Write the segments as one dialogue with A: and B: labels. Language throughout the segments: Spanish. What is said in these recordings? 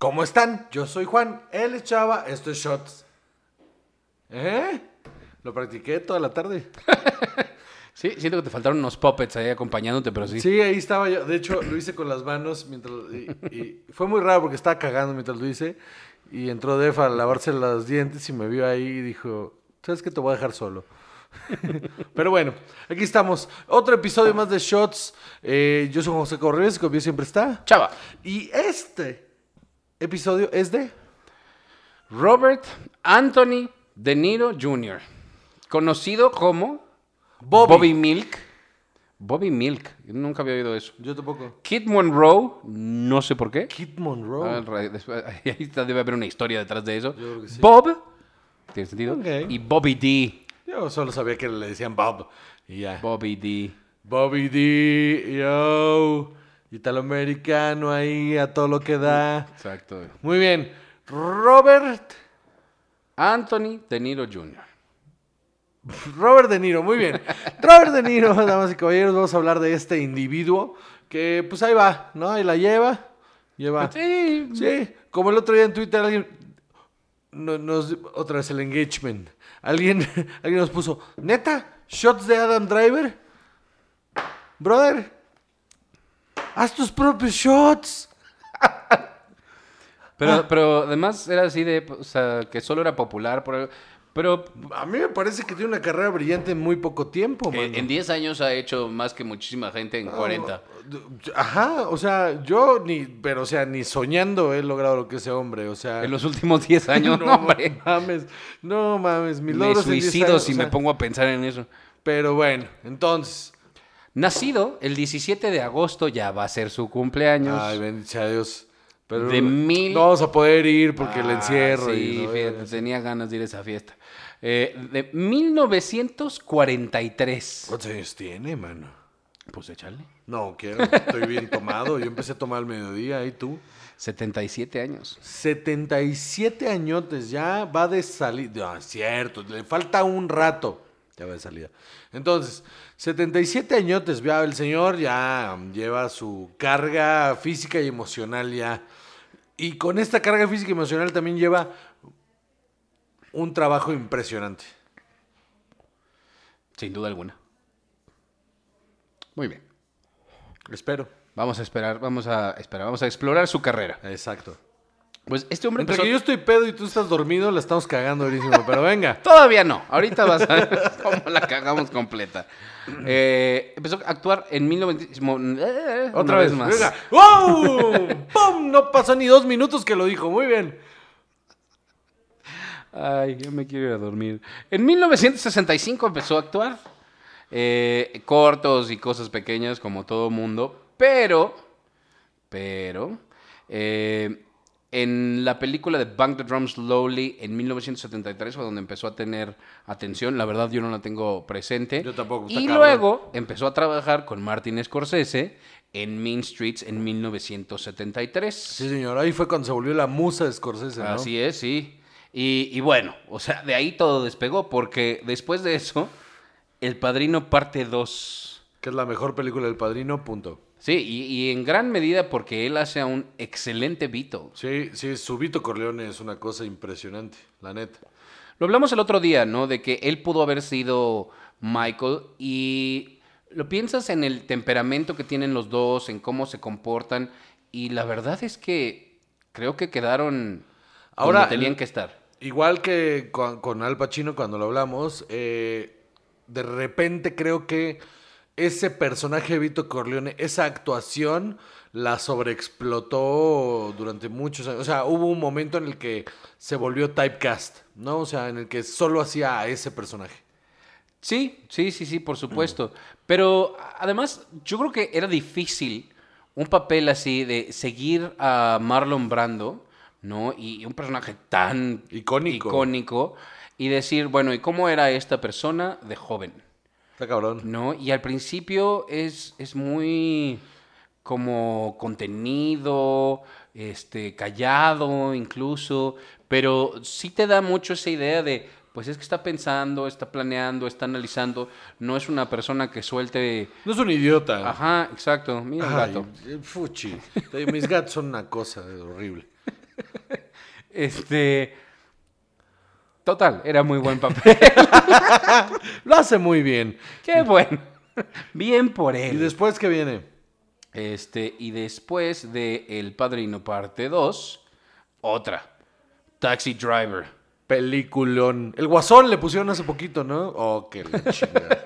A: ¿Cómo están? Yo soy Juan, él es Chava, esto es Shots. ¿Eh? Lo practiqué toda la tarde.
B: Sí, siento que te faltaron unos puppets ahí acompañándote, pero sí.
A: Sí, ahí estaba yo. De hecho, lo hice con las manos mientras... Y, y fue muy raro porque estaba cagando mientras lo hice. Y entró Def a lavarse los dientes y me vio ahí y dijo, ¿sabes qué? Te voy a dejar solo. Pero bueno, aquí estamos. Otro episodio más de Shots. Eh, yo soy José Correves, conmigo siempre está.
B: Chava.
A: Y este episodio es de...
B: Robert Anthony De Niro Jr., conocido como
A: Bobby.
B: Bobby Milk. Bobby Milk, nunca había oído eso.
A: Yo tampoco.
B: Kid Monroe, no sé por qué.
A: Kid Monroe.
B: Ah, ra- después- Ahí está, debe haber una historia detrás de eso.
A: creo que sí.
B: Bob, ¿tiene sentido?
A: Ok.
B: Y Bobby D.
A: Yo solo sabía que le decían Bob. Y ya.
B: Bobby D.
A: Bobby D, yo. Italoamericano ahí a todo lo que da.
B: Exacto.
A: Muy bien. Robert.
B: Anthony De Niro Jr.
A: Robert De Niro, muy bien. Robert De Niro, damas y caballeros, vamos a hablar de este individuo que pues ahí va, ¿no? Y la lleva. Lleva.
B: Sí.
A: Sí, como el otro día en Twitter alguien no- nos otra vez el engagement. Alguien alguien nos puso, "Neta, shots de Adam Driver." Brother, haz tus propios shots.
B: Pero, pero además era así de, o sea, que solo era popular por algo. Pero
A: A mí me parece que tiene una carrera brillante en muy poco tiempo,
B: eh,
A: mano.
B: en 10 años ha hecho más que muchísima gente
A: Ah,
B: en 40.
A: Ajá, o sea, yo ni, pero o sea, ni soñando he logrado lo que ese hombre, o sea,
B: En los últimos 10 años, no, hombre.
A: mames, no mames, mis
B: Me
A: logros en 10
B: suicido
A: años,
B: si
A: o sea,
B: me pongo a pensar en eso.
A: Pero bueno, entonces,
B: Nacido el 17 de agosto, ya va a ser su cumpleaños.
A: Ay, bendito sea Dios. Pero
B: De mil-
A: No vamos a poder ir porque el
B: Ah,
A: encierro. y eh,
B: Sí,
A: la
B: fíjate,
A: verga.
B: tenía ganas de ir a esa fiesta. Eh, de 1943.
A: ¿Cuántos años tiene, mano?
B: Pues échale.
A: No, quiero. Estoy bien tomado. Yo empecé a tomar al mediodía. ¿Y tú?
B: 77 años.
A: 77 añotes. Ya va de salida. Ah, cierto. Le falta un rato. Ya va de salida. Entonces, 77 añotes. Ya el señor ya lleva su carga física y emocional ya. Y con esta carga física y emocional también lleva un trabajo impresionante.
B: Sin duda alguna. Muy bien.
A: Espero.
B: Vamos a esperar, vamos a esperar, vamos a explorar su carrera.
A: Exacto.
B: Pues este hombre
A: Entre
B: empezó-
A: que yo estoy pedo y tú estás dormido, la estamos cagando durísimo, pero venga.
B: Todavía no. Ahorita vas a ver cómo la cagamos completa. Eh, empezó a actuar en 1990. eh,
A: Otra
B: una
A: vez, más. Venga. ¡Wow! ¡Pum! No pasó ni dos minutos que lo dijo. Muy bien.
B: Ay, yo me quiero ir a dormir. En 1965 empezó a actuar. Eh, cortos y cosas pequeñas como todo mundo. Pero, pero, eh, en la película de Bang the Drum Slowly en 1973 fue donde empezó a tener atención. La verdad yo no la tengo presente.
A: Yo tampoco, está
B: Y
A: cabrón.
B: luego empezó a trabajar con Martin Scorsese en Mean Streets en 1973.
A: Sí, señor. Ahí fue cuando se volvió la musa de Scorsese, ¿no?
B: Así es, sí. Y, y bueno, o sea, de ahí todo despegó, porque después de eso, El Padrino parte 2.
A: Que es la mejor película del padrino, punto.
B: Sí, y, y en gran medida porque él hace a un excelente Beatles.
A: Sí, sí, Subito Corleone es una cosa impresionante, la neta.
B: Lo hablamos el otro día, ¿no? De que él pudo haber sido Michael y lo piensas en el temperamento que tienen los dos, en cómo se comportan, y la verdad es que creo que quedaron
A: Ahora,
B: donde tenían que estar.
A: Igual que con, con Al Pacino cuando lo hablamos, eh, de repente creo que ese personaje de Vito Corleone, esa actuación, la sobreexplotó durante muchos años. O sea, hubo un momento en el que se volvió typecast, ¿no? O sea, en el que solo hacía a ese personaje.
B: Sí, sí, sí, sí, por supuesto. Pero a- además, yo creo que era difícil un papel así de seguir a Marlon Brando, ¿no? Y y un personaje tan
A: Icónico.
B: icónico, y decir, bueno, ¿y cómo era esta persona de joven?
A: Está cabrón.
B: ¿No? Y al principio es, es muy como contenido, este, callado incluso, pero sí te da mucho esa idea de, pues es que está pensando, está planeando, está analizando, no es una persona que suelte...
A: No es un idiota.
B: Ajá, exacto, mira el
A: Ah. Ay,
B: gato.
A: eh, fuchi. Mis gatos son una cosa horrible.
B: Este. Total, era muy buen papel.
A: Lo hace muy bien.
B: Qué bueno. Bien por
A: ¿Y
B: él.
A: después qué viene?
B: Este, y después de El Padrino Parte 2, otra. Taxi Driver.
A: Peliculón. El Guasón le pusieron hace poquito, ¿no? Oh, que la chingada.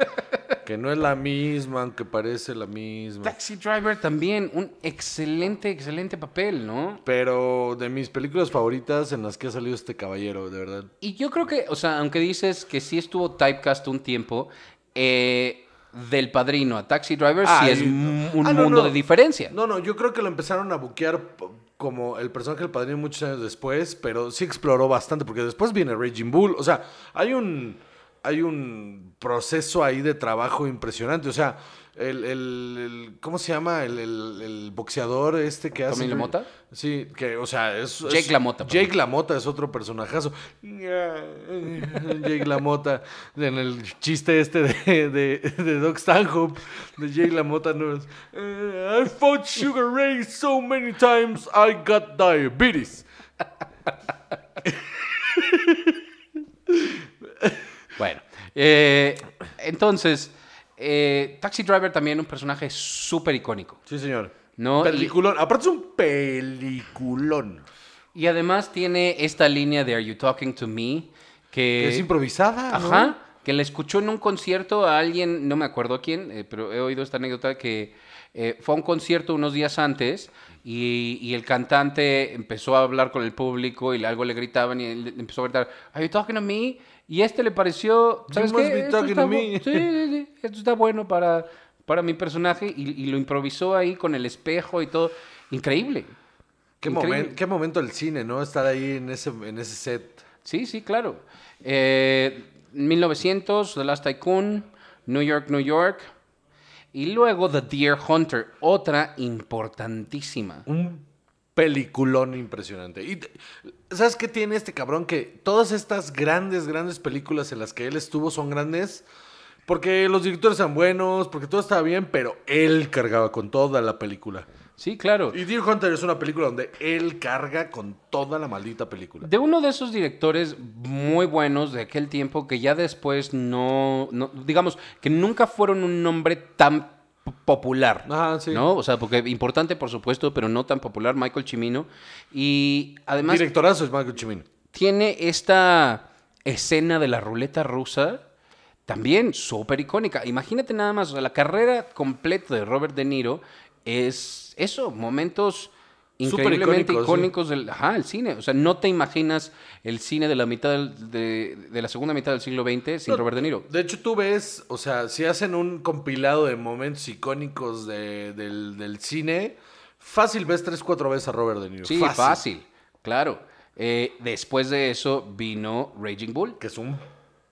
A: que no es la misma, aunque parece la misma.
B: Taxi Driver también, un excelente, excelente papel, ¿no?
A: Pero de mis películas favoritas en las que ha salido este caballero, de verdad.
B: Y yo creo que, o sea, aunque dices que sí estuvo typecast un tiempo, eh, del padrino a Taxi Driver
A: Ah,
B: sí es
A: y-
B: m- un
A: Ah, no,
B: mundo
A: no.
B: de diferencia.
A: No, no, yo creo que lo empezaron a buquear p- como el personaje del padrino muchos años después, pero sí exploró bastante, porque después viene Raging Bull. O sea, hay un, hay un proceso ahí de trabajo impresionante. O sea, el, el- el- ¿cómo se llama? El, el- el boxeador este que hace.
B: ¿Tommy LaMotta?
A: Sí, que, o sea, es.
B: Jake
A: es-
B: LaMotta, perdón.
A: Jake LaMotta es otro personajazo. Jake LaMotta, en el chiste este de, de, de Doc Stanhope, de Jake LaMotta, no es. "Eh, I fought Sugar Ray so many times I got diabetes.
B: Bueno, eh, entonces, eh, Taxi Driver también un personaje súper icónico.
A: Sí, señor.
B: No,
A: peliculón. Aparte es un peliculón.
B: Y además tiene esta línea de Are You Talking to Me? Que,
A: Que es improvisada. ¿no?
B: Eh, Ajá, que la escuchó en un concierto a alguien, no me acuerdo quién, eh, pero he oído esta anécdota que eh, fue a un concierto unos días antes y, y el cantante empezó a hablar con el público y algo le gritaban y él empezó a gritar, ¿Are you talking to me? Y este le pareció,
A: You
B: ¿sabes
A: must
B: qué?
A: be
B: Esto
A: talking
B: está,
A: to
B: bu-
A: me."
B: sí, sí, sí, esto está bueno para, para mi personaje y, y lo improvisó ahí con el espejo y todo. Increíble.
A: Qué,
B: Increíble.
A: momen- qué momento el cine, ¿no? Estar ahí en ese, en ese set.
B: Sí, sí, claro. Eh, 1900, The Last Tycoon, New York, New York. Y luego The Deer Hunter, otra importantísima.
A: Un peliculón impresionante. Y te- ¿sabes qué tiene este cabrón? Que todas estas grandes, grandes películas en las que él estuvo son grandes. Porque los directores eran buenos, porque todo estaba bien, pero él cargaba con toda la película.
B: Sí, claro.
A: Y Deer Hunter es una película donde él carga con toda la maldita película.
B: De uno de esos directores muy buenos de aquel tiempo que ya después no, no- digamos, que nunca fueron un nombre tan p- popular.
A: Ajá, sí.
B: ¿No? O sea, porque importante, por supuesto, pero no tan popular, Michael Chimino. Y además...
A: Directorazo es Michael Chimino.
B: tiene esta escena de la ruleta rusa también súper icónica. Imagínate nada más, o sea, la carrera completa de Robert De Niro es eso, momentos
A: Súper
B: increíblemente
A: icónicos, sí.
B: icónicos del ajá, el cine. O sea, no te imaginas el cine de la mitad del- de, de la segunda mitad del siglo XX sin
A: No.
B: Robert De Niro.
A: De hecho, tú ves, o sea, si hacen un compilado de momentos icónicos de- del, del cine, fácil ves tres, cuatro veces a Robert De Niro.
B: Sí, fácil, claro. Eh, después de eso vino Raging Bull.
A: que es un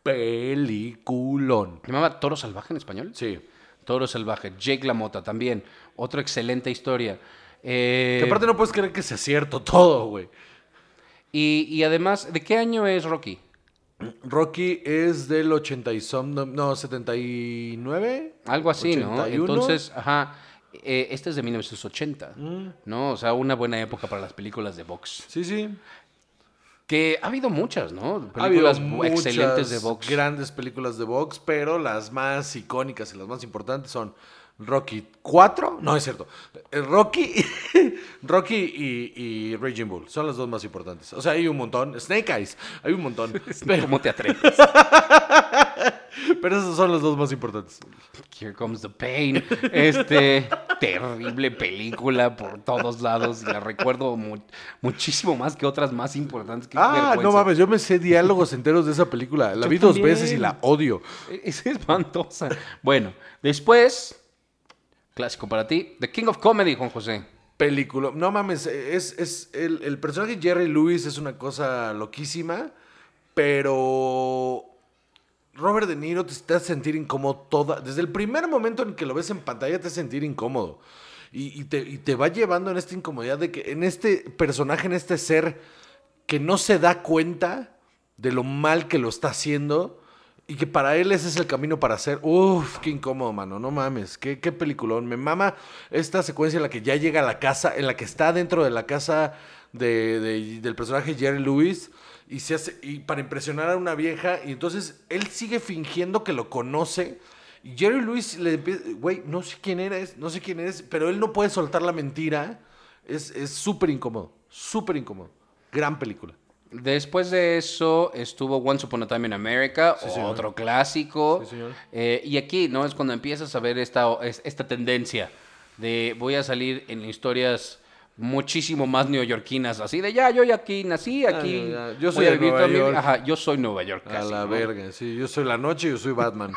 A: peliculón.
B: ¿Se llamaba Toro Salvaje en español?
A: Sí.
B: Toro Salvaje, Jake LaMotta también, otra excelente historia. Eh,
A: que aparte no puedes creer que sea cierto todo, güey.
B: y, y además, ¿de qué año es Rocky?
A: Rocky es del 80 y som, no, no, 79.
B: Algo así, ¿no?
A: 81.
B: Entonces, ajá, eh, este es de 1980,
A: Mm.
B: ¿no? O sea, una buena época para las películas de box.
A: Sí, sí.
B: Que ha habido muchas, ¿no?
A: Ha habido
B: Películas bu- excelentes
A: muchas
B: de box.
A: Grandes películas de box, pero las más icónicas y las más importantes son Rocky 4. No, es cierto. eh, Rocky, Rocky y, y Raging Bull son las dos más importantes. O sea, hay un montón. Snake Eyes, hay un montón. pero,
B: ¿Cómo te atreves?
A: pero esos son los dos más importantes.
B: Here Comes the Pain. Este terrible película por todos lados. y La recuerdo mu- muchísimo más que otras más importantes. Qué
A: Ah, no
B: vergüenza.
A: mames, yo me sé diálogos enteros de esa película. La
B: Yo
A: vi dos
B: también.
A: veces y la odio.
B: Es espantosa. Bueno, después, clásico para ti, The King of Comedy, Juan José.
A: Película. No mames, es, es el, el personaje Jerry Lewis es una cosa loquísima, pero Robert De Niro te, te hace sentir incómodo toda. Desde el primer momento en que lo ves en pantalla te hace sentir incómodo. Y, y te, y te va llevando en esta incomodidad de que en este personaje, en este ser que no se da cuenta de lo mal que lo está haciendo y que para él ese es el camino para hacer. Uf, qué incómodo, mano. No mames, qué, qué peliculón. Me mama esta secuencia en la que ya llega a la casa, en la que está dentro de la casa de- de- del personaje Jerry Lewis y se hace y para impresionar a una vieja y entonces él sigue fingiendo que lo conoce y Jerry Lewis le empieza, güey, no sé quién eres, no sé quién eres, pero él no puede soltar la mentira. Es es súper incómodo, súper incómodo. Gran película.
B: Después de eso estuvo Once Upon a Time in America,
A: señor.
B: otro clásico.
A: Sí, señor.
B: Eh, y aquí, ¿no? Es cuando empiezas a ver esta, es- esta tendencia de voy a salir en historias muchísimo más neoyorquinas, así de ya, yo ya aquí nací, aquí.
A: ya, ya. Yo
B: voy
A: soy
B: a
A: de
B: vivir
A: Nueva
B: toda mi vida".
A: York.
B: Ajá, yo soy Nueva York.
A: a
B: casi,
A: la
B: ¿no?
A: verga, sí, yo soy la noche y yo soy Batman.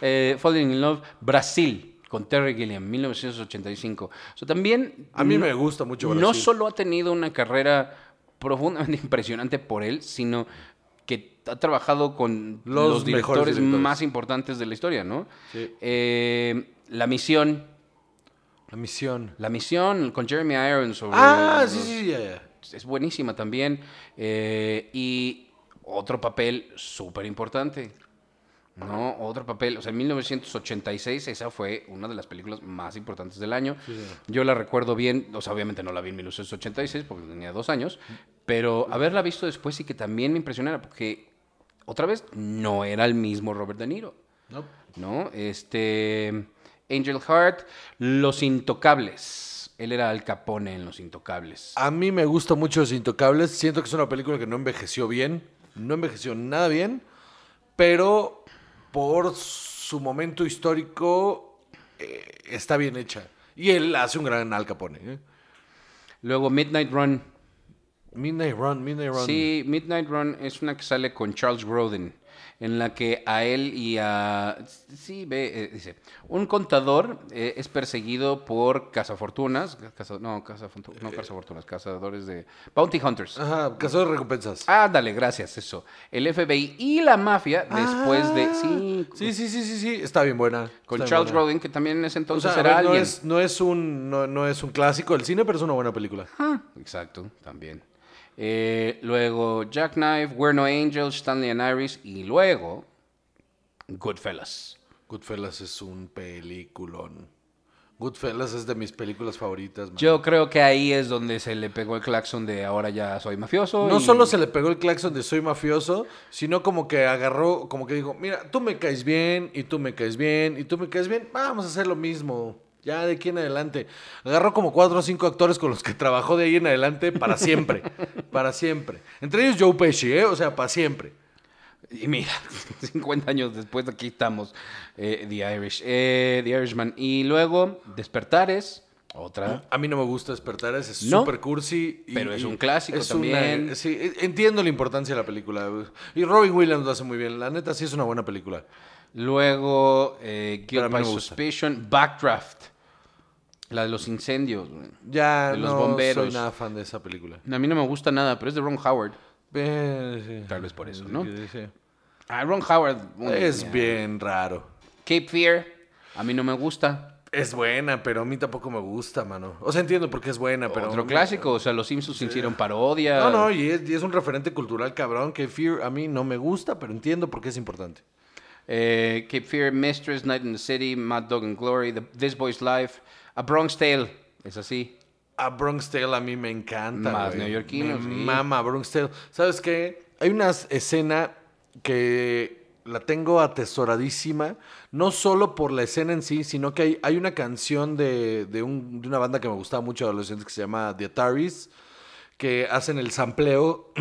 B: Eh, Falling in Love, Brasil, con Terry Gilliam, 1985. O sea, también.
A: A mí
B: no-
A: me gusta mucho Brasil.
B: no solo ha tenido una carrera profundamente impresionante por él, sino que ha trabajado con los,
A: Los
B: directores,
A: mejores directores.
B: más importantes de la historia, ¿no?
A: Sí.
B: Eh, la misión,
A: La misión.
B: la misión con Jeremy Irons. sobre
A: Ah, sí,
B: los-
A: sí, ya, ya.
B: Es buenísima también. eh, y otro papel súper importante. No, otro papel. O sea, en 1986 esa fue una de las películas más importantes del año. Yo la recuerdo bien. O sea, obviamente no la vi en 1986 porque tenía dos años. Pero haberla visto después y que también me impresionara porque otra vez no era el mismo Robert De Niro.
A: No.
B: ¿no? Este. Angel Heart, Los Intocables. Él era Al Capone en Los Intocables.
A: A mí me gusta mucho Los Intocables. Siento que es una película que no envejeció bien. No envejeció nada bien. Pero por su momento histórico eh, está bien hecha. Y él hace un gran Al Capone. ¿eh?
B: Luego Midnight Run.
A: Midnight Run, Midnight Run.
B: Sí, Midnight Run es una que sale con Charles Grodin, en la que a él y a... Sí, ve, eh, dice, un contador eh, es perseguido por cazafortunas, caza- no, cazafortu-
A: Eh,
B: no, cazafortunas, cazadores de... Bounty Hunters.
A: Ajá, Caso de Recompensas.
B: Ándale, gracias, eso. El FBI y la mafia, después de...
A: Ah, sí,
B: Sí,
A: sí, sí, sí, sí. Está bien buena. Está
B: con
A: bien
B: Charles
A: buena.
B: Grodin, que también en ese
A: O
B: entonces
A: sea, a
B: era
A: ver, no
B: alguien.
A: es, no, es un, no, no es un clásico del cine, pero es una buena película.
B: Ah, Exacto, también. Eh, luego Jackknife, We're No Angels, Stanley and Iris y luego Goodfellas.
A: Goodfellas es un peliculón. Goodfellas es de mis películas favoritas. man.
B: Yo creo que ahí es donde se le pegó el claxon de ahora ya soy mafioso.
A: no
B: y-
A: solo se le pegó el claxon de soy mafioso, sino como que agarró, como que dijo, mira, tú me caes bien, y tú me caes bien, y tú me caes bien, vamos a hacer lo mismo. Ya de aquí en adelante. Agarró como cuatro o cinco actores con los que trabajó de ahí en adelante para siempre. para siempre. Entre ellos Joe Pesci, ¿eh? O sea, para siempre.
B: Y mira, 50 años después aquí estamos, eh, The Irish, eh, The Irishman. Y luego Despertares, otra.
A: A mí no me gusta despertar, es
B: No,
A: súper cursi.
B: pero es un clásico
A: una-
B: también.
A: sí, e- entiendo la importancia de la película. Y Robin Williams lo hace muy bien. La neta, sí es una buena película.
B: Luego eh,
A: Pero a mí
B: Guilt by
A: no me gusta.
B: Suspicion, Backdraft, la de los incendios. güey.
A: Ya
B: De los
A: no
B: bomberos.
A: soy nada fan de esa película.
B: A mí no me gusta nada, pero es de Ron Howard.
A: Eh, sí.
B: Tal vez por eso, ¿no?
A: Sí, sí.
B: Ah, Ron Howard. bueno,
A: Es
B: ya.
A: bien raro.
B: Cape Fear. A mí no me gusta.
A: Es buena, pero a mí tampoco me gusta, mano. O sea, entiendo por qué es buena, pero...
B: Otro clásico. O sea, los Simpsons hicieron parodia.
A: No, no, y es, y es un referente cultural cabrón que Fear a mí no me gusta, pero entiendo por qué es importante.
B: Eh, Cape Fear, Mistress, Night in the City, Mad Dog and Glory, The- This Boy's Life, A Bronx Tale. Es así.
A: A Bronx Tale a mí me encanta.
B: Más
A: güey.
B: neoyorquino,
A: Me
B: sí.
A: Mama Bronx Tale. ¿Sabes qué? Hay una escena que la tengo atesoradísima, no solo por la escena en sí, sino que hay, hay una canción de, de un- de una banda que me gustaba mucho de adolescentes que se llama The Ataris, que hacen el sampleo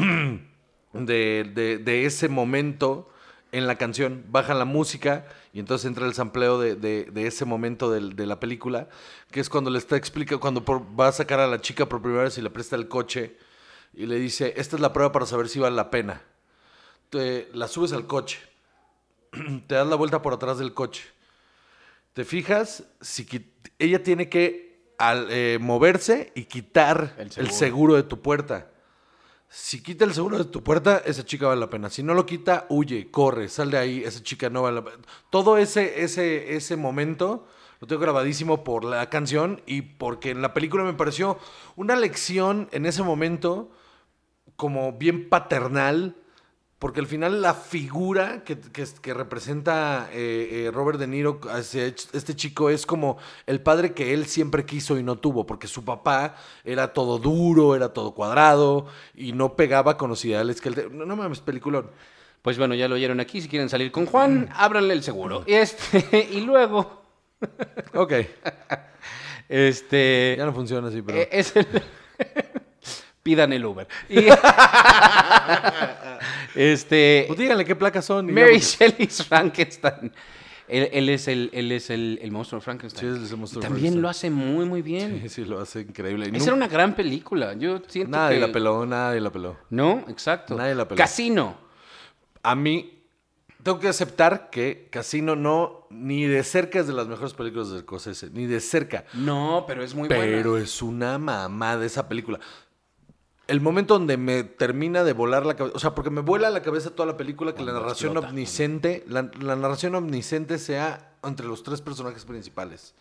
A: de, de- de ese momento en la canción, bajan la música y entonces entra el sampleo de, de- de ese momento del- de, la película, que es cuando le está explicando, cuando por- va a sacar a la chica por primera vez y le presta el coche y le dice, esta es la prueba para saber si vale la pena. Te- la subes al coche, te das la vuelta por atrás del coche, te fijas, si qui- ella tiene que al, eh, moverse y quitar
B: El
A: el
B: seguro.
A: seguro de tu puerta. Si quita el seguro de tu puerta, esa chica vale la pena. Si no lo quita, huye, corre, sal de ahí, esa chica no vale la pena. Todo ese, ese, ese momento lo tengo grabadísimo por la canción y porque en la película me pareció una lección en ese momento como bien paternal Porque al final la figura que, que- que representa eh, eh, Robert De Niro hacia ch- este chico es como el padre que él siempre quiso y no tuvo, porque su papá era todo duro, era todo cuadrado y no pegaba con los ideales que él... te- No, no mames, peliculón.
B: Pues bueno, ya lo oyeron aquí. Si quieren salir con
A: Mm.
B: Juan, ábranle el seguro. Este, y luego,
A: Ok,
B: este.
A: ya no funciona así, pero...
B: eh, es el- Pidan el Uber. Y- este.
A: Pues díganle qué placas son. y ya,
B: Mary
A: porque-
B: Shelley's Frankenstein. Él, él es el, él es el, el monstruo de Frankenstein.
A: Sí, es el monstruo
B: Y
A: de
B: también
A: Frankenstein.
B: lo hace muy, muy bien.
A: Sí, lo hace increíble. Y
B: Esa
A: nunca-
B: era una gran película. Yo siento
A: Nadie
B: que...
A: la peló, nadie la peló.
B: No, exacto.
A: Nadie la peló.
B: Casino.
A: A mí, tengo que aceptar que Casino no, ni de cerca es de las mejores películas de Scorsese, ni de cerca.
B: No, pero es muy
A: pero
B: buena.
A: es una mamada esa película. El momento donde me termina de volar la cabeza, o sea, porque me vuela la cabeza toda la película, que la
B: Cuando
A: narración
B: explota.
A: omnisciente, la, la narración omnisciente sea entre los tres personajes principales.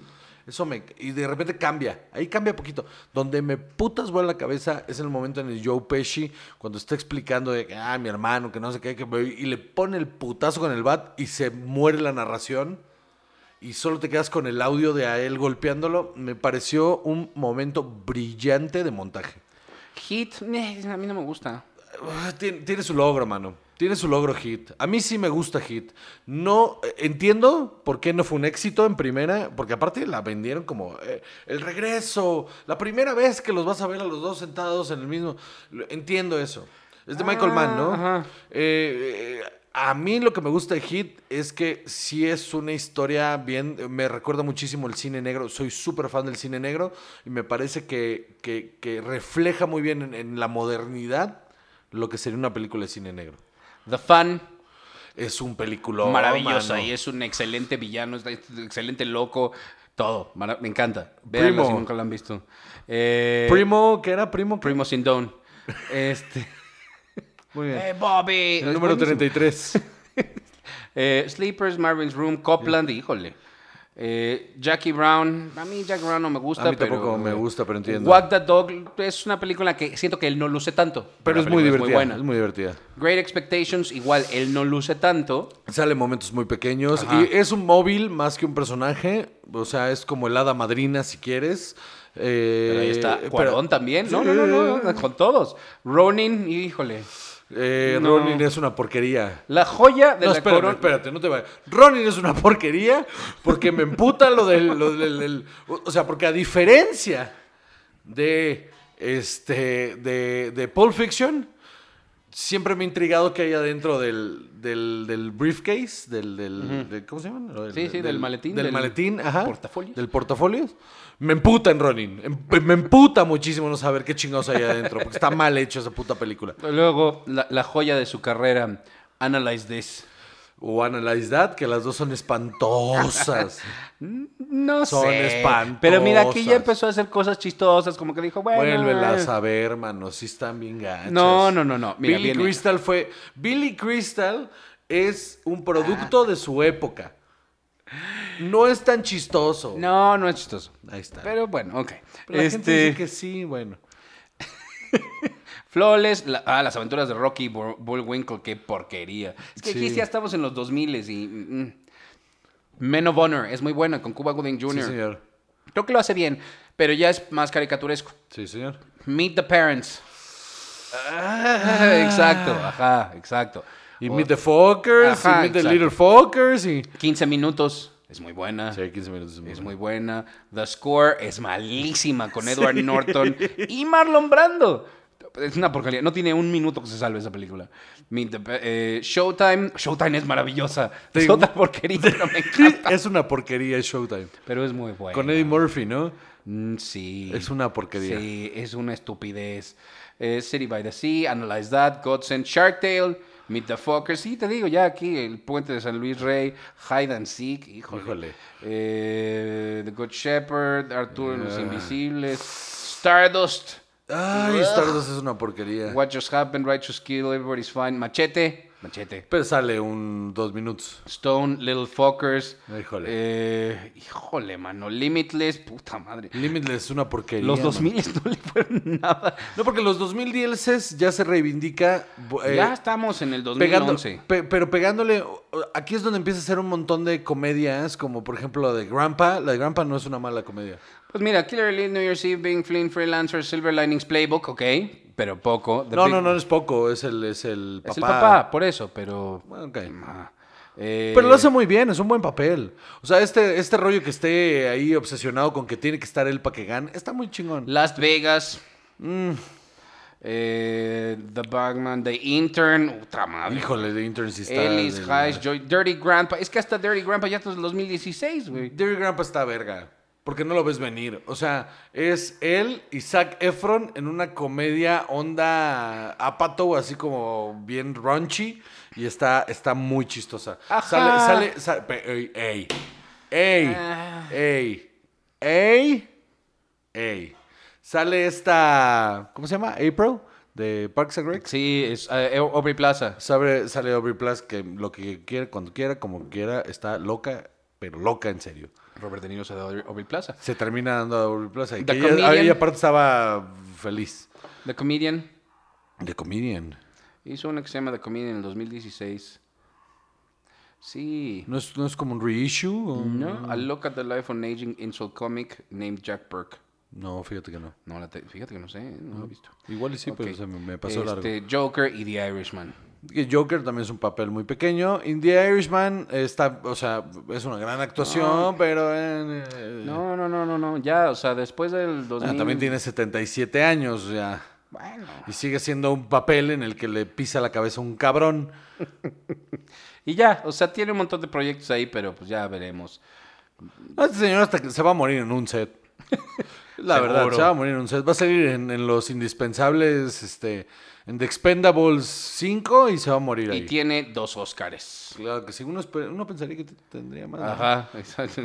A: Eso me... Y de repente cambia, ahí cambia poquito. Donde me putas vuela la cabeza es el momento en el Joe Pesci, cuando está explicando de, que, ah, mi hermano, que no sé qué, que... me-", Y le pone el putazo con el bat y se muere la narración y solo te quedas con el audio de a él golpeándolo, me pareció un momento brillante de montaje.
B: Hit, meh, a mí no me gusta.
A: Ah, Tiene, tiene su logro, mano. Tiene su logro Hit. A mí sí me gusta Hit. No eh, entiendo por qué no fue un éxito en primera, porque aparte la vendieron como eh, el regreso, la primera vez que los vas a ver a los dos sentados en el mismo. Lo- Entiendo eso. Es de Michael
B: Ah,
A: Mann, ¿no?
B: ajá.
A: Eh, eh, a mí lo que me gusta de Hit es que sí es una historia bien, me recuerda muchísimo el cine negro, soy súper fan del cine negro y me parece que, que- que refleja muy bien en, en la modernidad lo que sería una película de cine negro.
B: The Fan,
A: Es un peliculón.
B: maravillosa.
A: mano.
B: Y es un excelente villano, es un excelente loco. Todo, mara- me encanta.
A: Primo.
B: Véanlo si nunca lo han visto. Eh,
A: Primo, ¿qué era Primo?
B: Primo Sin Dawn. Este...
A: Muy bien.
B: Eh, Bobby.
A: el número 33.
B: Eh, Sleepers, Marvin's Room, Copland, híjole. Eh, Jackie Brown, a mí Jackie Brown no me gusta.
A: A mí
B: pero-
A: tampoco me gusta, pero entiendo.
B: What the Dog es una película que siento que él no luce tanto.
A: Pero
B: La
A: es muy
B: película
A: divertida.
B: buena.
A: es muy Eh, divertida.
B: Great Expectations, igual, él no luce tanto.
A: Sale en momentos muy pequeños.
B: Ajá.
A: Y es un móvil más que un personaje. O sea, es como el hada madrina, si quieres. Eh,
B: Pero ahí está
A: pero-
B: Cuarón también. No,
A: Sí.
B: no, no, no, no, con todos. Ronin, híjole.
A: Eh,
B: No.
A: Ronin es una porquería.
B: La joya de
A: No,
B: la
A: espérate,
B: corona.
A: espérate, no te vayas. Ronin es una porquería porque me emputa lo del, lo del- del- O o sea, porque a diferencia de. Este. De, de Pulp Fiction. Siempre me ha intrigado que hay adentro del, del, del briefcase, del, del, del- ¿cómo se llama? Del-
B: Sí, sí, del maletín,
A: Del,
B: del
A: maletín, ajá.
B: portafolios.
A: Del portafolio. Me emputa en Ronin. Em- Me emputa muchísimo no saber qué chingados hay adentro, porque está mal hecho esa puta película.
B: Luego, la, la joya de su carrera, Analyze This.
A: O Analyze That, que las dos son espantosas.
B: No
A: Son
B: sé. Pero mira, aquí ya
A: espantosas.
B: empezó a hacer cosas chistosas, como que dijo, bueno.
A: Vuélvelas a ver, mano. Sí están bien gachas.
B: No, no, no, no. Mira,
A: Billy
B: viene.
A: Crystal fue... Billy Crystal es un producto de su época. No es tan chistoso.
B: No, no es chistoso.
A: Ahí está.
B: Pero bueno, ok.
A: Pero la gente
B: este,
A: dice que sí, bueno.
B: Flawless, la- ah, las aventuras de Rocky Bull- Bullwinkle, qué porquería. Es que aquí
A: Sí.
B: ya estamos en los 2000 y... mm, mm. Men of Honor, es muy buena, con Cuba Gooding
A: Sí,
B: Jr.
A: señor.
B: Creo que lo hace bien, pero ya es más caricaturesco.
A: Sí, señor.
B: Meet the Parents. Ah, exacto, ajá, exacto.
A: Ah. Y
B: O-
A: Meet the Fuckers,
B: Ajá,
A: y Meet the
B: exacto.
A: Little Fuckers, y...
B: 15 minutos, es muy buena.
A: Sí, 15 minutos. es muy
B: Es
A: bueno.
B: muy buena. The Score es malísima con Edward Norton y Marlon Brando. Es una porquería. No tiene un minuto que se salve esa película. Meet the Pa- eh, Showtime. Showtime es maravillosa.
A: Te
B: Es
A: digo-
B: otra porquería, pero me encanta.
A: Es una porquería Showtime.
B: Pero es muy buena.
A: Con Eddie Murphy, ¿no?
B: Mm, sí.
A: Es una porquería.
B: Sí, es una estupidez. Eh, City by the Sea, Analyze That, Godsend, Shark Tale, Meet the Fuckers. Sí, te digo, ya aquí, El Puente de San Luis Rey, Hide and Seek, híjole.
A: Híjole.
B: Eh, the Good Shepherd, Arturo y
A: Ah.
B: los Invisibles, Stardust,
A: Ay, Stardust es una porquería.
B: What Just Happened, Righteous Kill, Everybody's Fine, Machete. Machete.
A: Pero sale un dos minutos.
B: Stone, Little Fuckers.
A: Híjole.
B: eh, híjole, mano. Limitless, puta madre.
A: Limitless es una porquería.
B: Los
A: man.
B: 2000 no le fueron nada.
A: No, porque los 2000 DLCs ya se reivindica. bo- eh,
B: ya estamos en el
A: pegando-
B: 2011.
A: pe- pero pegándole. o- Aquí es donde empieza a ser un montón de comedias, como por ejemplo la de Grandpa. La de Grandpa no es una mala comedia.
B: Pues mira, Killer Elite, New Year's Eve, Being Flynn, Freelancer, Silver Linings Playbook, ok. Pero poco. The
A: No,
B: Big-
A: no, no es poco, es el, es el papá.
B: Es el papá, por eso, pero.
A: Bueno, ok.
B: Ah, eh,
A: Pero lo hace muy bien, es un buen papel. O sea, este, este rollo que esté ahí obsesionado con que tiene que estar él para que gane, está muy chingón.
B: Las Vegas.
A: Mm.
B: eh, The Bagman, The Intern. Puta madre.
A: Híjole, de Intern sí está.
B: Ellis,
A: de la-
B: Heist, Joy, Dirty Grandpa. Es que hasta Dirty Grandpa ya está en el 2016, güey.
A: Dirty Grandpa está verga. Porque no lo ves venir. O sea, es él y Zac Efron en una comedia onda apato, así como bien raunchy. Y está, está muy chistosa.
B: Ajá.
A: Sale, sale, sale. pe- Ey, ey, ey,
B: Ah.
A: ey, ey, ey. Sale esta. ¿Cómo se llama? April de Parks and Rec.
B: Sí, es eh, Aubrey Plaza.
A: Sabe- sale Aubrey Plath que lo que quiera, cuando quiera, como quiera, está loca, pero loca en serio.
B: Robert De Niro se da Aubrey Plaza.
A: se termina dando a Aubrey Plaza. Y
B: The
A: que ella,
B: Comedian.
A: ella aparte estaba feliz.
B: The Comedian.
A: De Comedian.
B: Hizo una que se llama The Comedian en el 2016. Sí.
A: ¿No es, no es como un reissue? o-
B: No, A Look at the Life on Aging Insult Comic named Jack Burke.
A: No, fíjate que no.
B: No, la te- fíjate que no sé, no lo he visto.
A: Igual y sí, pero
B: Ok.
A: se Pues, me, me pasó largo.
B: Este, Joker y The Irishman.
A: Que Joker también es un papel muy pequeño. In The Irishman está, o sea, es una gran actuación, pero... eh, eh,
B: No, pues, mm. no, no, no, no. Ya, o sea, después del 2000.
A: ah, también tiene 77 años ya.
B: Bueno.
A: Y sigue siendo un papel en el que le pisa la cabeza un cabrón.
B: Y ya, o sea, tiene un montón de proyectos ahí, pero pues ya veremos.
A: No, este señor hasta que se va a morir en un set. La verdad,
B: Seguro.
A: se va a morir en un set. Va a salir en, en los indispensables, este, en The Expendables 5 y se va a morir
B: Y
A: ahí.
B: tiene dos Oscars.
A: Claro que sí, uno, espe- uno pensaría que t- tendría más. ¿no?
B: Ajá, exacto.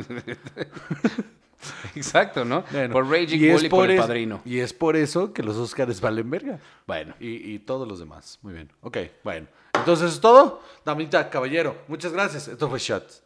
B: exacto, ¿no?
A: Bueno,
B: por Raging
A: y es
B: Bull y por el
A: es-
B: padrino.
A: Y es por eso que los Oscars valen verga.
B: Bueno.
A: Y, y todos los demás. Muy bien. Ok, bueno. Entonces es todo. Damita, caballero, muchas gracias. Esto fue Shots.